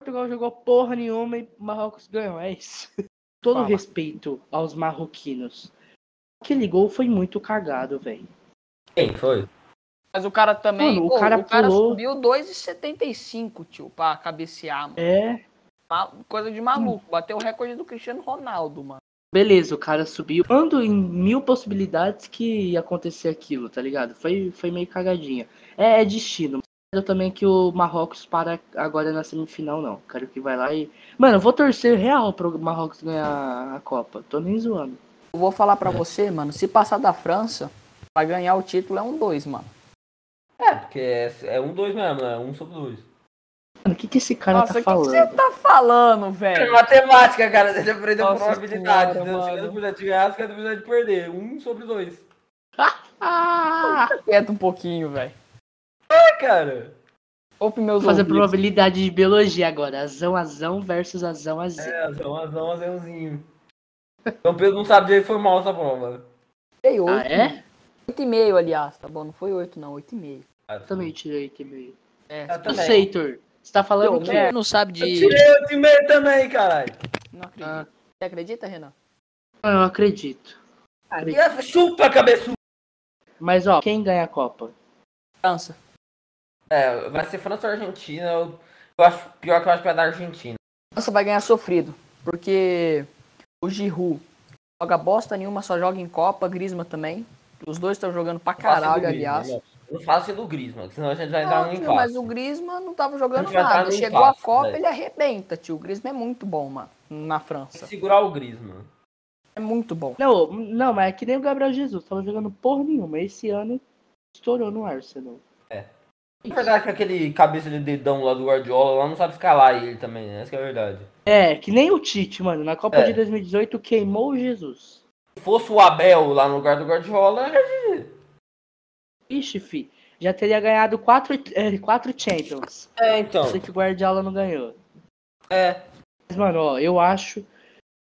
Speaker 1: Portugal jogou porra nenhuma e Marrocos ganhou, é isso. *laughs* Todo
Speaker 2: Fala.
Speaker 1: respeito aos marroquinos. Aquele gol foi muito cagado, velho.
Speaker 3: Quem foi?
Speaker 2: Mas o cara também.
Speaker 1: Mano, o
Speaker 2: pô,
Speaker 1: cara pulou.
Speaker 2: subiu 2,75, tio, pra cabecear, mano.
Speaker 1: É.
Speaker 2: Mal- Coisa de maluco. Bateu o recorde do Cristiano Ronaldo, mano.
Speaker 1: Beleza, o cara subiu. Quando em mil possibilidades que ia acontecer aquilo, tá ligado? Foi, foi meio cagadinha. É, é destino. Mas Eu também que o Marrocos para agora na semifinal, não. Quero que vai lá e. Mano, eu vou torcer real pro Marrocos ganhar a Copa. Tô nem zoando.
Speaker 2: Eu vou falar pra você, mano, se passar da França, pra ganhar o título é um 2, mano.
Speaker 3: É, porque é, é um dois mesmo, né? Um sobre dois.
Speaker 1: Mano, o que, que esse cara
Speaker 2: Nossa,
Speaker 1: tá
Speaker 2: o que
Speaker 1: falando?
Speaker 2: você tá falando,
Speaker 3: É
Speaker 2: velho?
Speaker 3: matemática, cara. Você aprendeu
Speaker 2: Nossa
Speaker 3: probabilidade.
Speaker 2: senhora,
Speaker 3: entendeu?
Speaker 2: mano.
Speaker 3: 50% de ganhar, 50% de perder. Um sobre dois.
Speaker 1: Ah!
Speaker 2: Quieta um pouquinho, velho.
Speaker 3: É, cara.
Speaker 2: Poupe meus
Speaker 1: Vou fazer
Speaker 2: ouvidos.
Speaker 1: probabilidade de biologia agora. Azão, azão versus azão, azão.
Speaker 3: É, azão, azão, azãozinho. Então Pedro não sabia e foi mal essa prova.
Speaker 2: Tirei oito,
Speaker 1: ah, é?
Speaker 2: 8,5, aliás, tá bom? Não foi 8, não, 8,5.
Speaker 1: Eu também tirei aqui meio.
Speaker 2: É.
Speaker 3: Eu
Speaker 1: Eu
Speaker 3: também.
Speaker 1: sei, Tur. Você tá falando
Speaker 2: Teu
Speaker 1: que.
Speaker 2: Renan não sabe
Speaker 3: Eu
Speaker 2: de.
Speaker 3: tirei outro e meio também, caralho.
Speaker 2: Não acredito.
Speaker 1: Ah,
Speaker 2: Você acredita, Renan?
Speaker 1: eu acredito. Ah,
Speaker 3: E essa chupa, cabeçudo.
Speaker 1: Mas, ó, quem ganha a Copa?
Speaker 2: França.
Speaker 3: É, vai ser França ou Argentina. Eu, eu acho pior que eu acho que vai dar Argentina.
Speaker 2: França vai ganhar sofrido, porque o Giroud joga bosta nenhuma, só joga em Copa, Grisma também. Os dois estão jogando pra caralho, aliás.
Speaker 3: Não faço ser do Griezmann, que senão a gente né? vai entrar
Speaker 2: Não,
Speaker 3: num
Speaker 2: tio,
Speaker 3: empate.
Speaker 2: mas o Grisma não tava jogando
Speaker 3: Ele já tá
Speaker 2: nada.
Speaker 3: no
Speaker 2: Chegou
Speaker 3: empate,
Speaker 2: a Copa,
Speaker 3: velho.
Speaker 2: ele arrebenta, tio. O Grisma é muito bom, mano, na
Speaker 3: Tem
Speaker 2: França.
Speaker 3: que Segurar o Griezmann.
Speaker 2: É muito bom.
Speaker 1: Não, não, mas é que nem o Gabriel Jesus. Tava jogando porra nenhuma. Esse ano estourou no Arsenal.
Speaker 3: Na É verdade, que aquele cabeça de dedão lá do Guardiola lá não sabe escalar ele também, né? Essa que é a verdade.
Speaker 1: É, que nem o Tite, mano. Na Copa
Speaker 3: É.
Speaker 1: de 2018 queimou o Jesus.
Speaker 3: Se fosse o Abel lá no lugar do Guardiola, é
Speaker 1: Ixi, fi. Já teria ganhado quatro, eh, quatro Champions.
Speaker 3: é então.
Speaker 1: Sei que o Guardiola não ganhou.
Speaker 3: É.
Speaker 1: Mas, mano, ó, eu acho.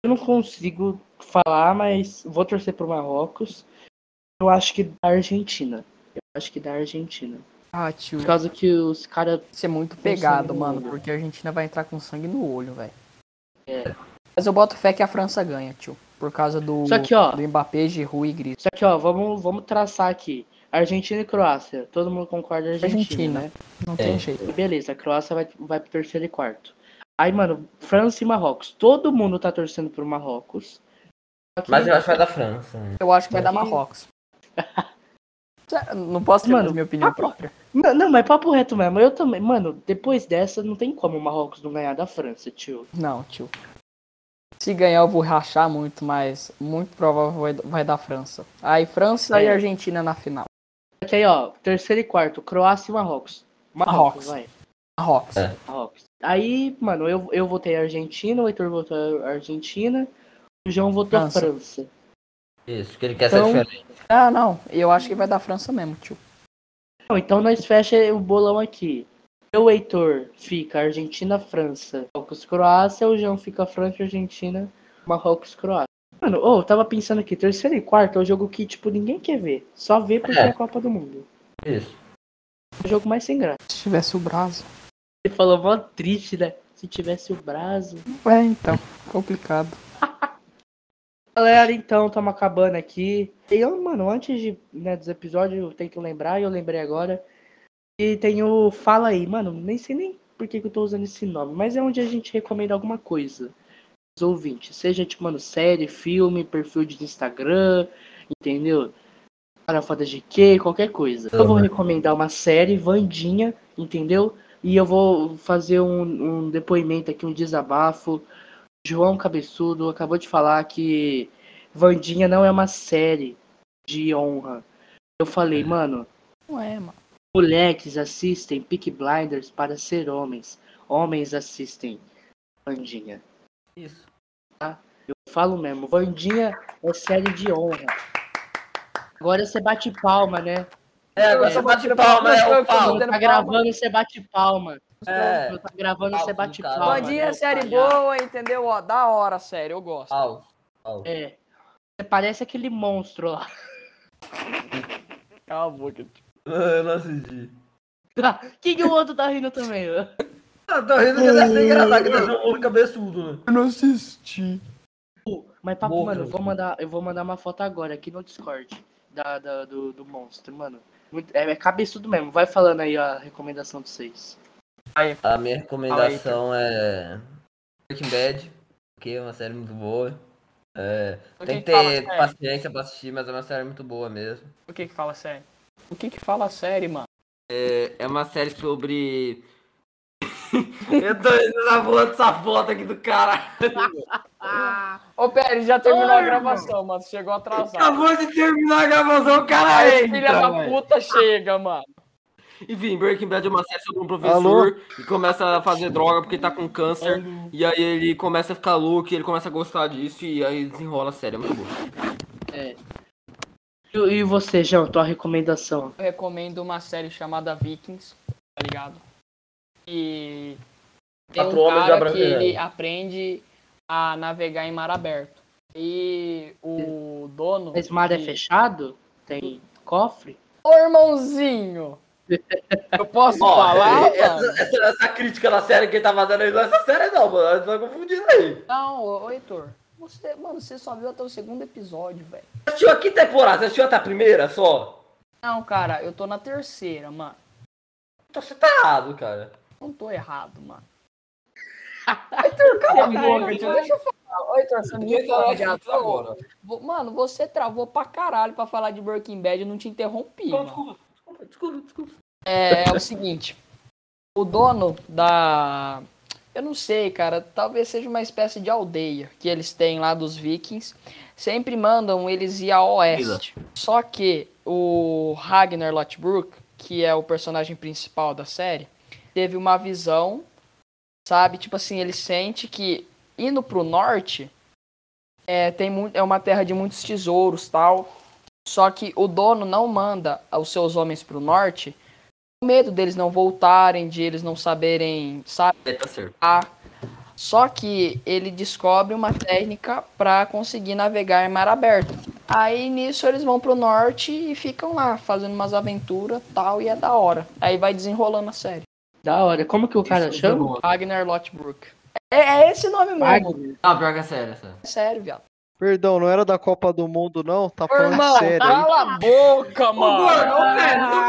Speaker 1: Eu não consigo falar, mas vou torcer pro Marrocos. Eu acho que da Argentina. Eu acho que da Argentina.
Speaker 2: Ah, tio,
Speaker 1: Por causa que os caras.
Speaker 2: isso é muito
Speaker 1: sangue
Speaker 2: pegado,
Speaker 1: no
Speaker 2: mano,
Speaker 1: olho.
Speaker 2: porque a Argentina vai entrar com sangue no olho, velho.
Speaker 1: É.
Speaker 2: Mas eu boto fé que a França ganha, tio. Por causa do,
Speaker 1: Só que, ó.
Speaker 2: do Mbappé, Giroud e Grisma.
Speaker 1: Só que, ó, vamos, vamos traçar aqui. Argentina e Croácia. Todo mundo concorda Argentina,
Speaker 2: Argentina.
Speaker 1: né?
Speaker 2: Não tem
Speaker 3: É.
Speaker 2: jeito.
Speaker 1: E beleza, a Croácia vai, vai pro terceiro e quarto. Aí, mano, França e Marrocos. Todo mundo tá torcendo pro Marrocos. Só que-
Speaker 3: Mas eu acho que vai da França. né?
Speaker 2: Eu acho que vai
Speaker 1: É
Speaker 2: dar
Speaker 1: que-
Speaker 2: *laughs* Marrocos. Sério, Não posso ter
Speaker 1: Mano,
Speaker 2: mais minha opinião
Speaker 1: papo-
Speaker 2: própria.
Speaker 1: Não, não, mas papo reto mesmo. Eu também. Mano, depois dessa, não tem como o Marrocos não ganhar da França, tio.
Speaker 2: Não, tio. Se ganhar, eu vou rachar muito, mas muito provável vai, vai dar França. Aí França e
Speaker 1: É.
Speaker 2: Argentina na final.
Speaker 1: Ok, ó, terceiro e quarto, Croácia e Marrocos.
Speaker 2: Marrocos.
Speaker 1: vai,
Speaker 2: Marrocos.
Speaker 3: É.
Speaker 1: Marrocos. Aí, mano, eu, eu votei Argentina, o Heitor votou Argentina, o João votou
Speaker 2: França.
Speaker 1: França.
Speaker 3: Isso, porque ele quer
Speaker 1: Então-
Speaker 3: ser diferente.
Speaker 2: Ah, não. Eu acho que vai dar França mesmo, tio.
Speaker 1: Não, então nós fecha o bolão aqui. Eu, Heitor, fica Argentina, França, Marrocos, Croácia, o João fica França, Argentina, Marrocos, Croácia. Mano, ô, eu tava pensando aqui, terceiro e quarto é um jogo que, tipo, ninguém quer ver. Só vê porque é,
Speaker 3: É.
Speaker 1: a Copa do Mundo.
Speaker 3: Isso.
Speaker 1: É o jogo mais sem graça.
Speaker 2: Se tivesse o Brasil.
Speaker 1: Ele falou mó triste, né? Se tivesse o Brasil.
Speaker 2: É, então. Complicado.
Speaker 1: Galera, então, estamos acabando aqui. E eu, mano, antes de, né, dos episódios, eu tenho que lembrar, e eu lembrei agora. E tem o Fala Aí, mano, nem sei nem por que, que eu tô usando esse nome, mas é onde a gente recomenda alguma coisa. Os ouvintes, seja, tipo, mano, série, filme, perfil de Instagram, entendeu? Parafada GQ, qualquer coisa. Eu vou recomendar uma série, Vandinha, entendeu? E eu vou fazer um, um depoimento aqui, um desabafo. João Cabeçudo acabou de falar que Vandinha não é uma série de honra. Eu
Speaker 3: É.
Speaker 1: falei, mano,
Speaker 2: Ué, é, mano.
Speaker 1: moleques assistem Peak Blinders para ser homens. Homens assistem Vandinha.
Speaker 3: Isso.
Speaker 1: Eu falo mesmo, Vandinha é série de honra. Agora você bate palma, né?
Speaker 2: Tá
Speaker 3: É, agora você bate palma, é o pau.
Speaker 1: Quando tá gravando, você bate palma.
Speaker 3: É.
Speaker 1: Quando tá gravando,
Speaker 3: Palma
Speaker 1: você
Speaker 3: do
Speaker 1: bate
Speaker 3: cara.
Speaker 1: palma.
Speaker 2: Bom
Speaker 3: Calma,
Speaker 1: né,
Speaker 2: dia,
Speaker 1: o
Speaker 2: série
Speaker 1: palhaço.
Speaker 2: boa, entendeu? Ó, da hora, sério, eu gosto.
Speaker 3: Pau. Pau.
Speaker 1: É. Você parece aquele monstro lá. *laughs*
Speaker 2: Cala a boca.
Speaker 3: Eu não assisti.
Speaker 1: que, que o outro tá rindo também? ó?
Speaker 3: Ah, tô rindo que deve ser engraçado que tá jogando cabeçudo, né?
Speaker 2: Eu não assisti.
Speaker 1: Mas papo,
Speaker 3: Boa,
Speaker 1: mano, eu vou,
Speaker 3: cara.
Speaker 1: mandar, eu vou mandar uma foto agora aqui no Discord da, da- do, do monstro, mano. Muito- É, é cabeçudo mesmo. Vai falando aí a recomendação de vocês.
Speaker 3: A minha recomendação é. Breaking Bad, que é uma série muito boa. É,
Speaker 2: O
Speaker 3: tem
Speaker 2: que que
Speaker 3: que
Speaker 2: fala
Speaker 3: ter
Speaker 2: sério?
Speaker 3: paciência pra assistir, mas é uma série muito boa mesmo.
Speaker 2: O que que fala sério? O que que fala sério, mano?
Speaker 3: É, é uma série sobre. *laughs* Eu tô indo na rua dessa foto aqui do cara.
Speaker 2: Ô, Pérez, já terminou a
Speaker 1: Oi,
Speaker 2: gravação, mano. Chegou atrasado.
Speaker 4: Acabou de terminar a gravação, cara.
Speaker 2: Aí,
Speaker 4: entra,
Speaker 2: filha
Speaker 3: Então,
Speaker 2: da
Speaker 4: velho.
Speaker 2: puta, chega, mano.
Speaker 4: Enfim, Breaking Bad é uma série sobre um professor
Speaker 2: Alô?
Speaker 4: que começa a fazer droga porque tá com câncer. E aí ele começa a ficar louco, e ele começa a gostar disso e aí desenrola a série. É muito boa.
Speaker 1: É. E, e você, João, tua recomendação?
Speaker 2: Eu recomendo uma série chamada Vikings, tá ligado? E tem
Speaker 3: Quatro
Speaker 2: um
Speaker 3: homens
Speaker 2: cara que
Speaker 3: brasileiros.
Speaker 2: ele aprende a navegar em mar aberto. E o dono...
Speaker 1: Mas mar é
Speaker 2: que-
Speaker 1: fechado? Tem cofre?
Speaker 2: Ô, irmãozinho! Eu posso falar, mano?
Speaker 3: é, essa, essa- essa crítica na série que ele tá fazendo aí, não é essa série não, mano. Você tá confundindo aí.
Speaker 2: Não, ô, ô, Heitor. Você, mano, você só viu até o segundo episódio, velho.
Speaker 3: Você assistiu a quinta temporada, você assistiu até a primeira só?
Speaker 2: Não, cara, eu tô na terceira, mano.
Speaker 3: Então você tá errado, cara.
Speaker 2: Não tô errado, mano.
Speaker 3: Heitor,
Speaker 2: Cala a boca, tio. Deixa eu falar. Ô, Heitor, você
Speaker 3: Ninguém tá
Speaker 2: não
Speaker 3: errado agora.
Speaker 2: Vo- Mano, você travou pra caralho pra falar de Breaking Bad, eu não te interrompi.
Speaker 3: Então,
Speaker 2: Mano.
Speaker 3: Desculpa, desculpa, desculpa, desculpa.
Speaker 2: É, é o seguinte, o dono da... Eu não sei, cara, talvez seja uma espécie de aldeia que eles têm lá dos vikings. Sempre mandam eles ir a oeste. Só que o Ragnar Lothbrok, que é o personagem principal da série, teve uma visão, sabe? Tipo assim, ele sente que indo pro norte é, tem muito, é uma terra de muitos tesouros tal. Só que o dono não manda os seus homens pro norte com medo deles não voltarem, de eles não saberem, sabe?
Speaker 4: É, tá certo.
Speaker 2: nadar. Só que ele descobre uma técnica para conseguir navegar em mar aberto. Aí nisso eles vão pro norte e ficam lá fazendo umas aventuras tal e é da hora. Aí vai desenrolando a série.
Speaker 1: Da hora. Como que o cara
Speaker 4: Isso é
Speaker 1: chama?
Speaker 4: boa.
Speaker 2: Ragnar Lothbrok. É, é esse nome mesmo.
Speaker 1: Wagner.
Speaker 4: Ah, pior que é sério, é sério.
Speaker 2: É sério, viado.
Speaker 5: Perdão, não era da Copa do Mundo, não? Tá
Speaker 2: Ô,
Speaker 5: falando
Speaker 2: irmão,
Speaker 5: sério aí.
Speaker 2: cala a boca,
Speaker 4: Ô, gordo, ô,
Speaker 3: Ah,
Speaker 2: mano.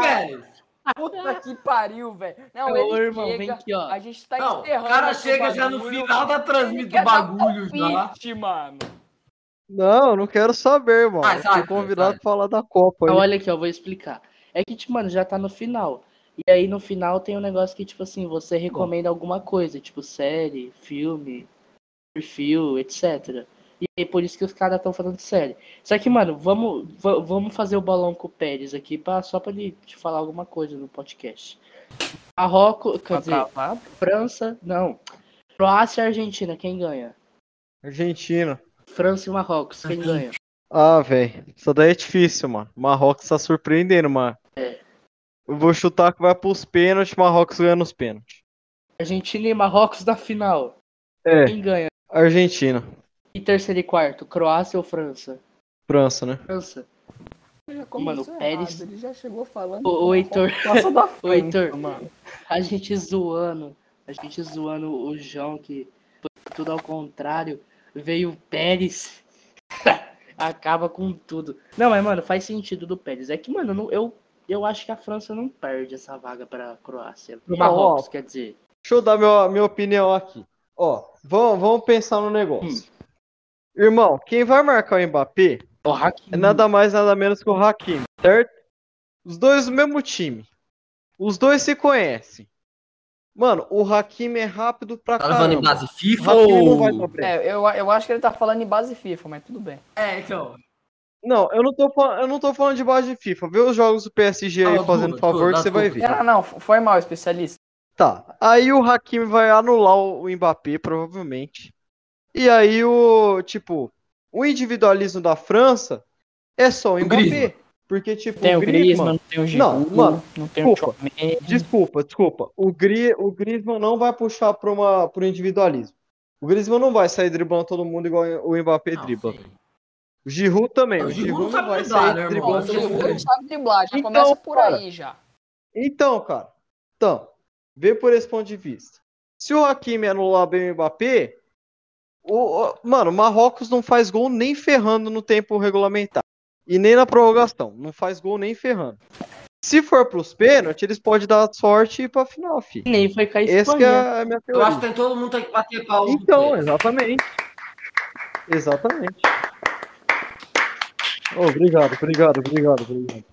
Speaker 4: velho, ô, velho.
Speaker 2: Puta que pariu, velho. Não,
Speaker 1: Ô,
Speaker 2: ele
Speaker 1: irmão,
Speaker 2: chega,
Speaker 1: vem aqui, ó.
Speaker 2: a gente tá
Speaker 4: Não,
Speaker 2: enterrando
Speaker 4: o cara
Speaker 2: esse
Speaker 4: chega já no
Speaker 2: bagulho.
Speaker 4: final da
Speaker 2: Ele
Speaker 4: transmissão
Speaker 2: quer
Speaker 4: do
Speaker 2: dar um
Speaker 4: bagulho já. Tá
Speaker 2: palpite, mano.
Speaker 5: Não, não quero saber, irmão.
Speaker 4: Sai, sai,
Speaker 5: Fui convidado
Speaker 4: sai.
Speaker 5: pra falar da Copa.
Speaker 1: Ah,
Speaker 5: aí.
Speaker 1: olha aqui, ó, vou explicar. É que, tipo, mano, já tá no final. E aí no final tem um negócio que, tipo assim, você recomenda alguma coisa, tipo série, filme, perfil, etc. E aí por isso que os caras estão falando de série. Só que, mano, vamos, va- vamos fazer o balão com o Pérez aqui pra, só pra ele te falar alguma coisa no podcast. Marrocos,
Speaker 2: Ah, Tá
Speaker 1: quer dizer, França, não. Croácia e Argentina, quem ganha?
Speaker 5: Argentina.
Speaker 1: França e Marrocos, quem ganha?
Speaker 5: Ah, velho. Isso daí é difícil, mano. Marrocos tá surpreendendo, mano.
Speaker 1: É.
Speaker 5: Eu vou chutar que vai pros pênaltis, Marrocos ganha nos pênaltis.
Speaker 1: Argentina e Marrocos na final.
Speaker 5: É.
Speaker 1: Quem ganha?
Speaker 5: Argentina.
Speaker 1: E terceiro e quarto, Croácia ou França?
Speaker 5: França, né?
Speaker 1: França.
Speaker 2: já
Speaker 1: Mano, o
Speaker 2: começou
Speaker 1: Pérez-
Speaker 2: errado, é Ele já chegou falando.
Speaker 1: Ô, ô, Heitor.
Speaker 2: Passa
Speaker 1: *laughs*
Speaker 2: da frente,
Speaker 1: Heitor.
Speaker 2: mano.
Speaker 1: A gente zoando, a gente zoando o João, que foi tudo ao contrário. Veio o Pérez, *laughs* acaba com tudo. Não, mas, mano, faz sentido do Pérez. É que, mano, não- eu, eu acho que a França não perde essa vaga pra Croácia. Pro
Speaker 2: Ó,
Speaker 1: Marrocos, quer dizer.
Speaker 5: Deixa eu dar meu, minha opinião aqui. Ó, vamos, vamos pensar no negócio. Irmão, quem vai marcar o Mbappé
Speaker 1: O Hakimi,
Speaker 5: é nada mais, nada menos que o Hakimi, certo? Os dois do mesmo time. Os dois se conhecem. Mano, o Hakimi é rápido pra
Speaker 4: Tá levando em
Speaker 5: caramba.
Speaker 4: base
Speaker 5: O
Speaker 4: FIFA
Speaker 5: Hakimi não vai pra
Speaker 4: ou...
Speaker 5: frente.
Speaker 2: É, eu, eu acho que ele tá falando em base FIFA, mas tudo bem.
Speaker 4: É, então.
Speaker 5: Não, eu não, tô, fal- eu não tô falando de base de FIFA. Vê os jogos do PSG aí
Speaker 4: Fala,
Speaker 5: fazendo
Speaker 4: Duda,
Speaker 5: favor
Speaker 4: Duda,
Speaker 5: que você vai ver.
Speaker 2: Ah, Não, não, foi mal, especialista.
Speaker 5: Tá. Aí o Hakimi vai anular o o Mbappé, provavelmente. E aí o, tipo, o individualismo da França é só o
Speaker 4: O
Speaker 5: Mbappé.
Speaker 4: Griezmann.
Speaker 5: Porque, tipo,
Speaker 2: Tem o
Speaker 5: Griezmann-
Speaker 2: Griezmann, tem o
Speaker 5: Não,
Speaker 2: Giroud,
Speaker 5: mano,
Speaker 2: não tem o
Speaker 5: desculpa.
Speaker 2: Chomé.
Speaker 5: Desculpa, desculpa. O, Gri, o Griezmann não vai puxar para uma pro individualismo. O Griezmann não vai sair driblando todo mundo igual o Mbappé dribla. O Giroud também.
Speaker 4: Não,
Speaker 5: O
Speaker 4: o Giroud
Speaker 5: Giroud
Speaker 4: não
Speaker 5: não vai
Speaker 4: sabe driblar, né,
Speaker 5: sair
Speaker 4: irmão?
Speaker 2: O
Speaker 5: driblando todo
Speaker 4: Giroud-
Speaker 5: mundo.
Speaker 2: Giroud não sabe driblar, já
Speaker 5: Então,
Speaker 2: começa por
Speaker 5: cara.
Speaker 2: aí já.
Speaker 5: Então, cara. Então, vê por esse ponto de vista. Se o Hakimi anular bem o Mbappé, o, o- mano, o Marrocos não faz gol nem ferrando no tempo regulamentar. E nem na prorrogação. Não faz gol nem ferrando. Se for pros pênaltis, eles podem dar sorte e ir pra final, fi.
Speaker 1: nem foi com a
Speaker 5: Esse que
Speaker 1: Espanha.
Speaker 5: é a minha
Speaker 4: Eu
Speaker 5: teoria.
Speaker 4: acho que tem todo mundo tem que bater pau.
Speaker 5: Então, exatamente. Exatamente. Ô, obrigado, obrigado, obrigado, obrigado.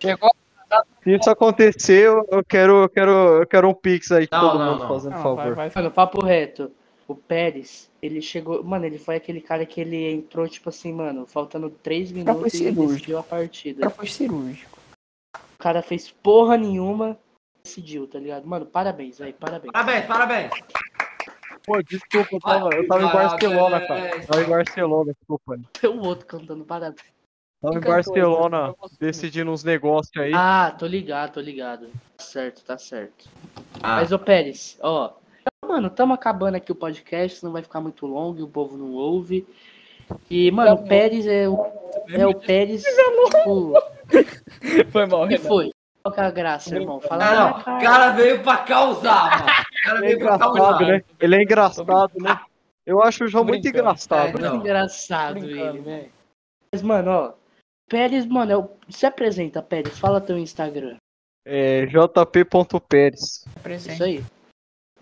Speaker 2: Chegou.
Speaker 5: Se isso acontecer, eu eu quero, eu quero, eu quero um pix aí de
Speaker 4: Não,
Speaker 5: todo
Speaker 4: não,
Speaker 5: mundo
Speaker 4: não.
Speaker 5: fazendo
Speaker 2: Não, vai,
Speaker 5: favor.
Speaker 2: vai.
Speaker 1: Mano, papo reto. O Pérez, ele chegou. Mano, ele foi aquele cara que ele entrou, tipo assim, mano, faltando três minutos e
Speaker 2: cirúrgico.
Speaker 1: decidiu a
Speaker 2: O
Speaker 1: partida.
Speaker 2: cara foi cirúrgico.
Speaker 1: O cara fez porra nenhuma, decidiu, tá ligado? Mano, parabéns, velho, parabéns.
Speaker 4: Parabéns, parabéns.
Speaker 5: Pô, desculpa, eu tava, eu tava em
Speaker 4: Caralho,
Speaker 5: Barcelona,
Speaker 4: é,
Speaker 5: cara.
Speaker 4: é, é.
Speaker 5: Tava em Barcelona, desculpa.
Speaker 1: Tem o outro cantando parabéns.
Speaker 5: Tava
Speaker 2: Quem
Speaker 5: em
Speaker 2: cantou aí?
Speaker 5: Barcelona
Speaker 2: Eu gosto
Speaker 5: decidindo uns negócios aí.
Speaker 1: Ah, tô ligado, tô ligado. Tá certo, tá certo.
Speaker 4: Ah.
Speaker 1: Mas, ô Pérez, ó. Mano, tamo acabando aqui o podcast, não vai ficar muito longo, o povo não ouve. E, mano, o Pérez é o, é o Pérez. Tipo,
Speaker 2: muito. *laughs* Foi mal,
Speaker 1: o que
Speaker 2: Renan.
Speaker 1: foi? Qual que é a graça, irmão? Fala
Speaker 4: Ah,
Speaker 1: na
Speaker 4: não. O cara veio pra causar, mano. O cara
Speaker 5: Ele é
Speaker 4: veio
Speaker 3: tá
Speaker 4: pra
Speaker 3: um
Speaker 5: engraçado,
Speaker 4: causar.
Speaker 5: né? Ele é engraçado, né? Eu acho o João muito
Speaker 2: brincando.
Speaker 5: engraçado.
Speaker 4: É,
Speaker 1: Muito
Speaker 4: Não.
Speaker 1: engraçado
Speaker 2: Brincando.
Speaker 1: ele, velho. Mas, mano, ó. Pérez, mano, eu- se apresenta, Pérez. Fala teu Instagram.
Speaker 5: É, jp.pérez.
Speaker 1: Isso aí.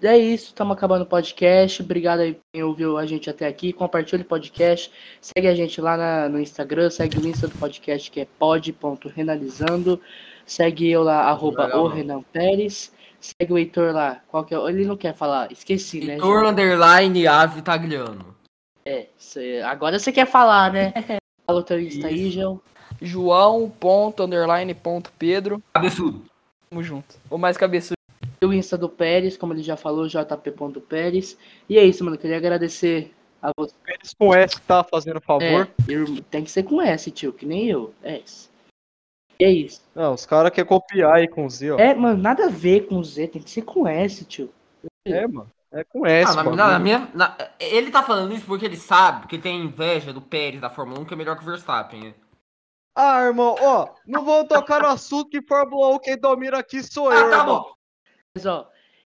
Speaker 1: É isso, estamos acabando o podcast. Obrigado aí quem ouviu a gente até aqui. Compartilha o podcast. Segue a gente lá na- no Instagram. Segue o Insta do podcast que é pod.renalizando. Segue eu lá, arroba
Speaker 4: Legal,
Speaker 1: o
Speaker 4: mano.
Speaker 1: Renan Pérez. Segue o Heitor lá. Qual que é? o- Ele não quer falar, esqueci, né?
Speaker 4: Heitor Underline Ave Tagliano.
Speaker 1: É, cê- agora você quer falar, né? Fala o teu Insta aí, João.
Speaker 2: João ponto, underline, ponto, Pedro.
Speaker 4: Cabeçudo.
Speaker 2: Tamo junto. O mais cabeçudo.
Speaker 1: E o Insta do Pérez, como ele já falou, jp.pérez. E é isso, mano. Queria agradecer a você.
Speaker 5: Pérez com S tá fazendo favor.
Speaker 1: É, eu- tem que ser com S, tio, que nem eu. É isso. E é isso.
Speaker 5: Não, os caras querem copiar aí com Z, ó. É,
Speaker 1: É, mano, nada a ver com Z, tem que ser com S, tio.
Speaker 5: mano. É com S,
Speaker 4: Ah, na-
Speaker 5: mano.
Speaker 4: na- na minha- na- ele tá falando isso porque ele sabe que ele tem inveja do Pérez da Fórmula 1, que é melhor que o Verstappen. né?
Speaker 5: Ah, irmão, ó, não vou tocar no assunto que Fórmula 1 quem domina aqui sou eu,
Speaker 4: Ah, tá
Speaker 5: irmão.
Speaker 4: bom.
Speaker 1: Mas, ó,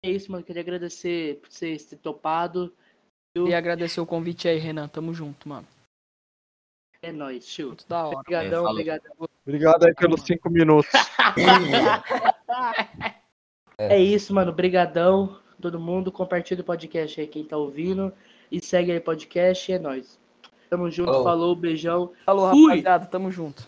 Speaker 1: é isso, mano. Queria agradecer por vocês ter topado.
Speaker 2: E agradecer o convite aí, Renan. Tamo junto, mano.
Speaker 1: É nóis, tio.
Speaker 2: Muito da hora.
Speaker 4: É,
Speaker 1: Obrigadão,
Speaker 4: falou.
Speaker 1: obrigadão.
Speaker 5: Obrigado aí pelos cinco minutos.
Speaker 1: É isso, mano. Brigadão, todo mundo. Compartilha o podcast aí, quem tá ouvindo. E segue aí o podcast. É nóis. Tamo junto,
Speaker 4: Falou.
Speaker 1: falou, beijão.
Speaker 2: Falou,
Speaker 1: Fui.
Speaker 2: rapaziada. Tamo junto.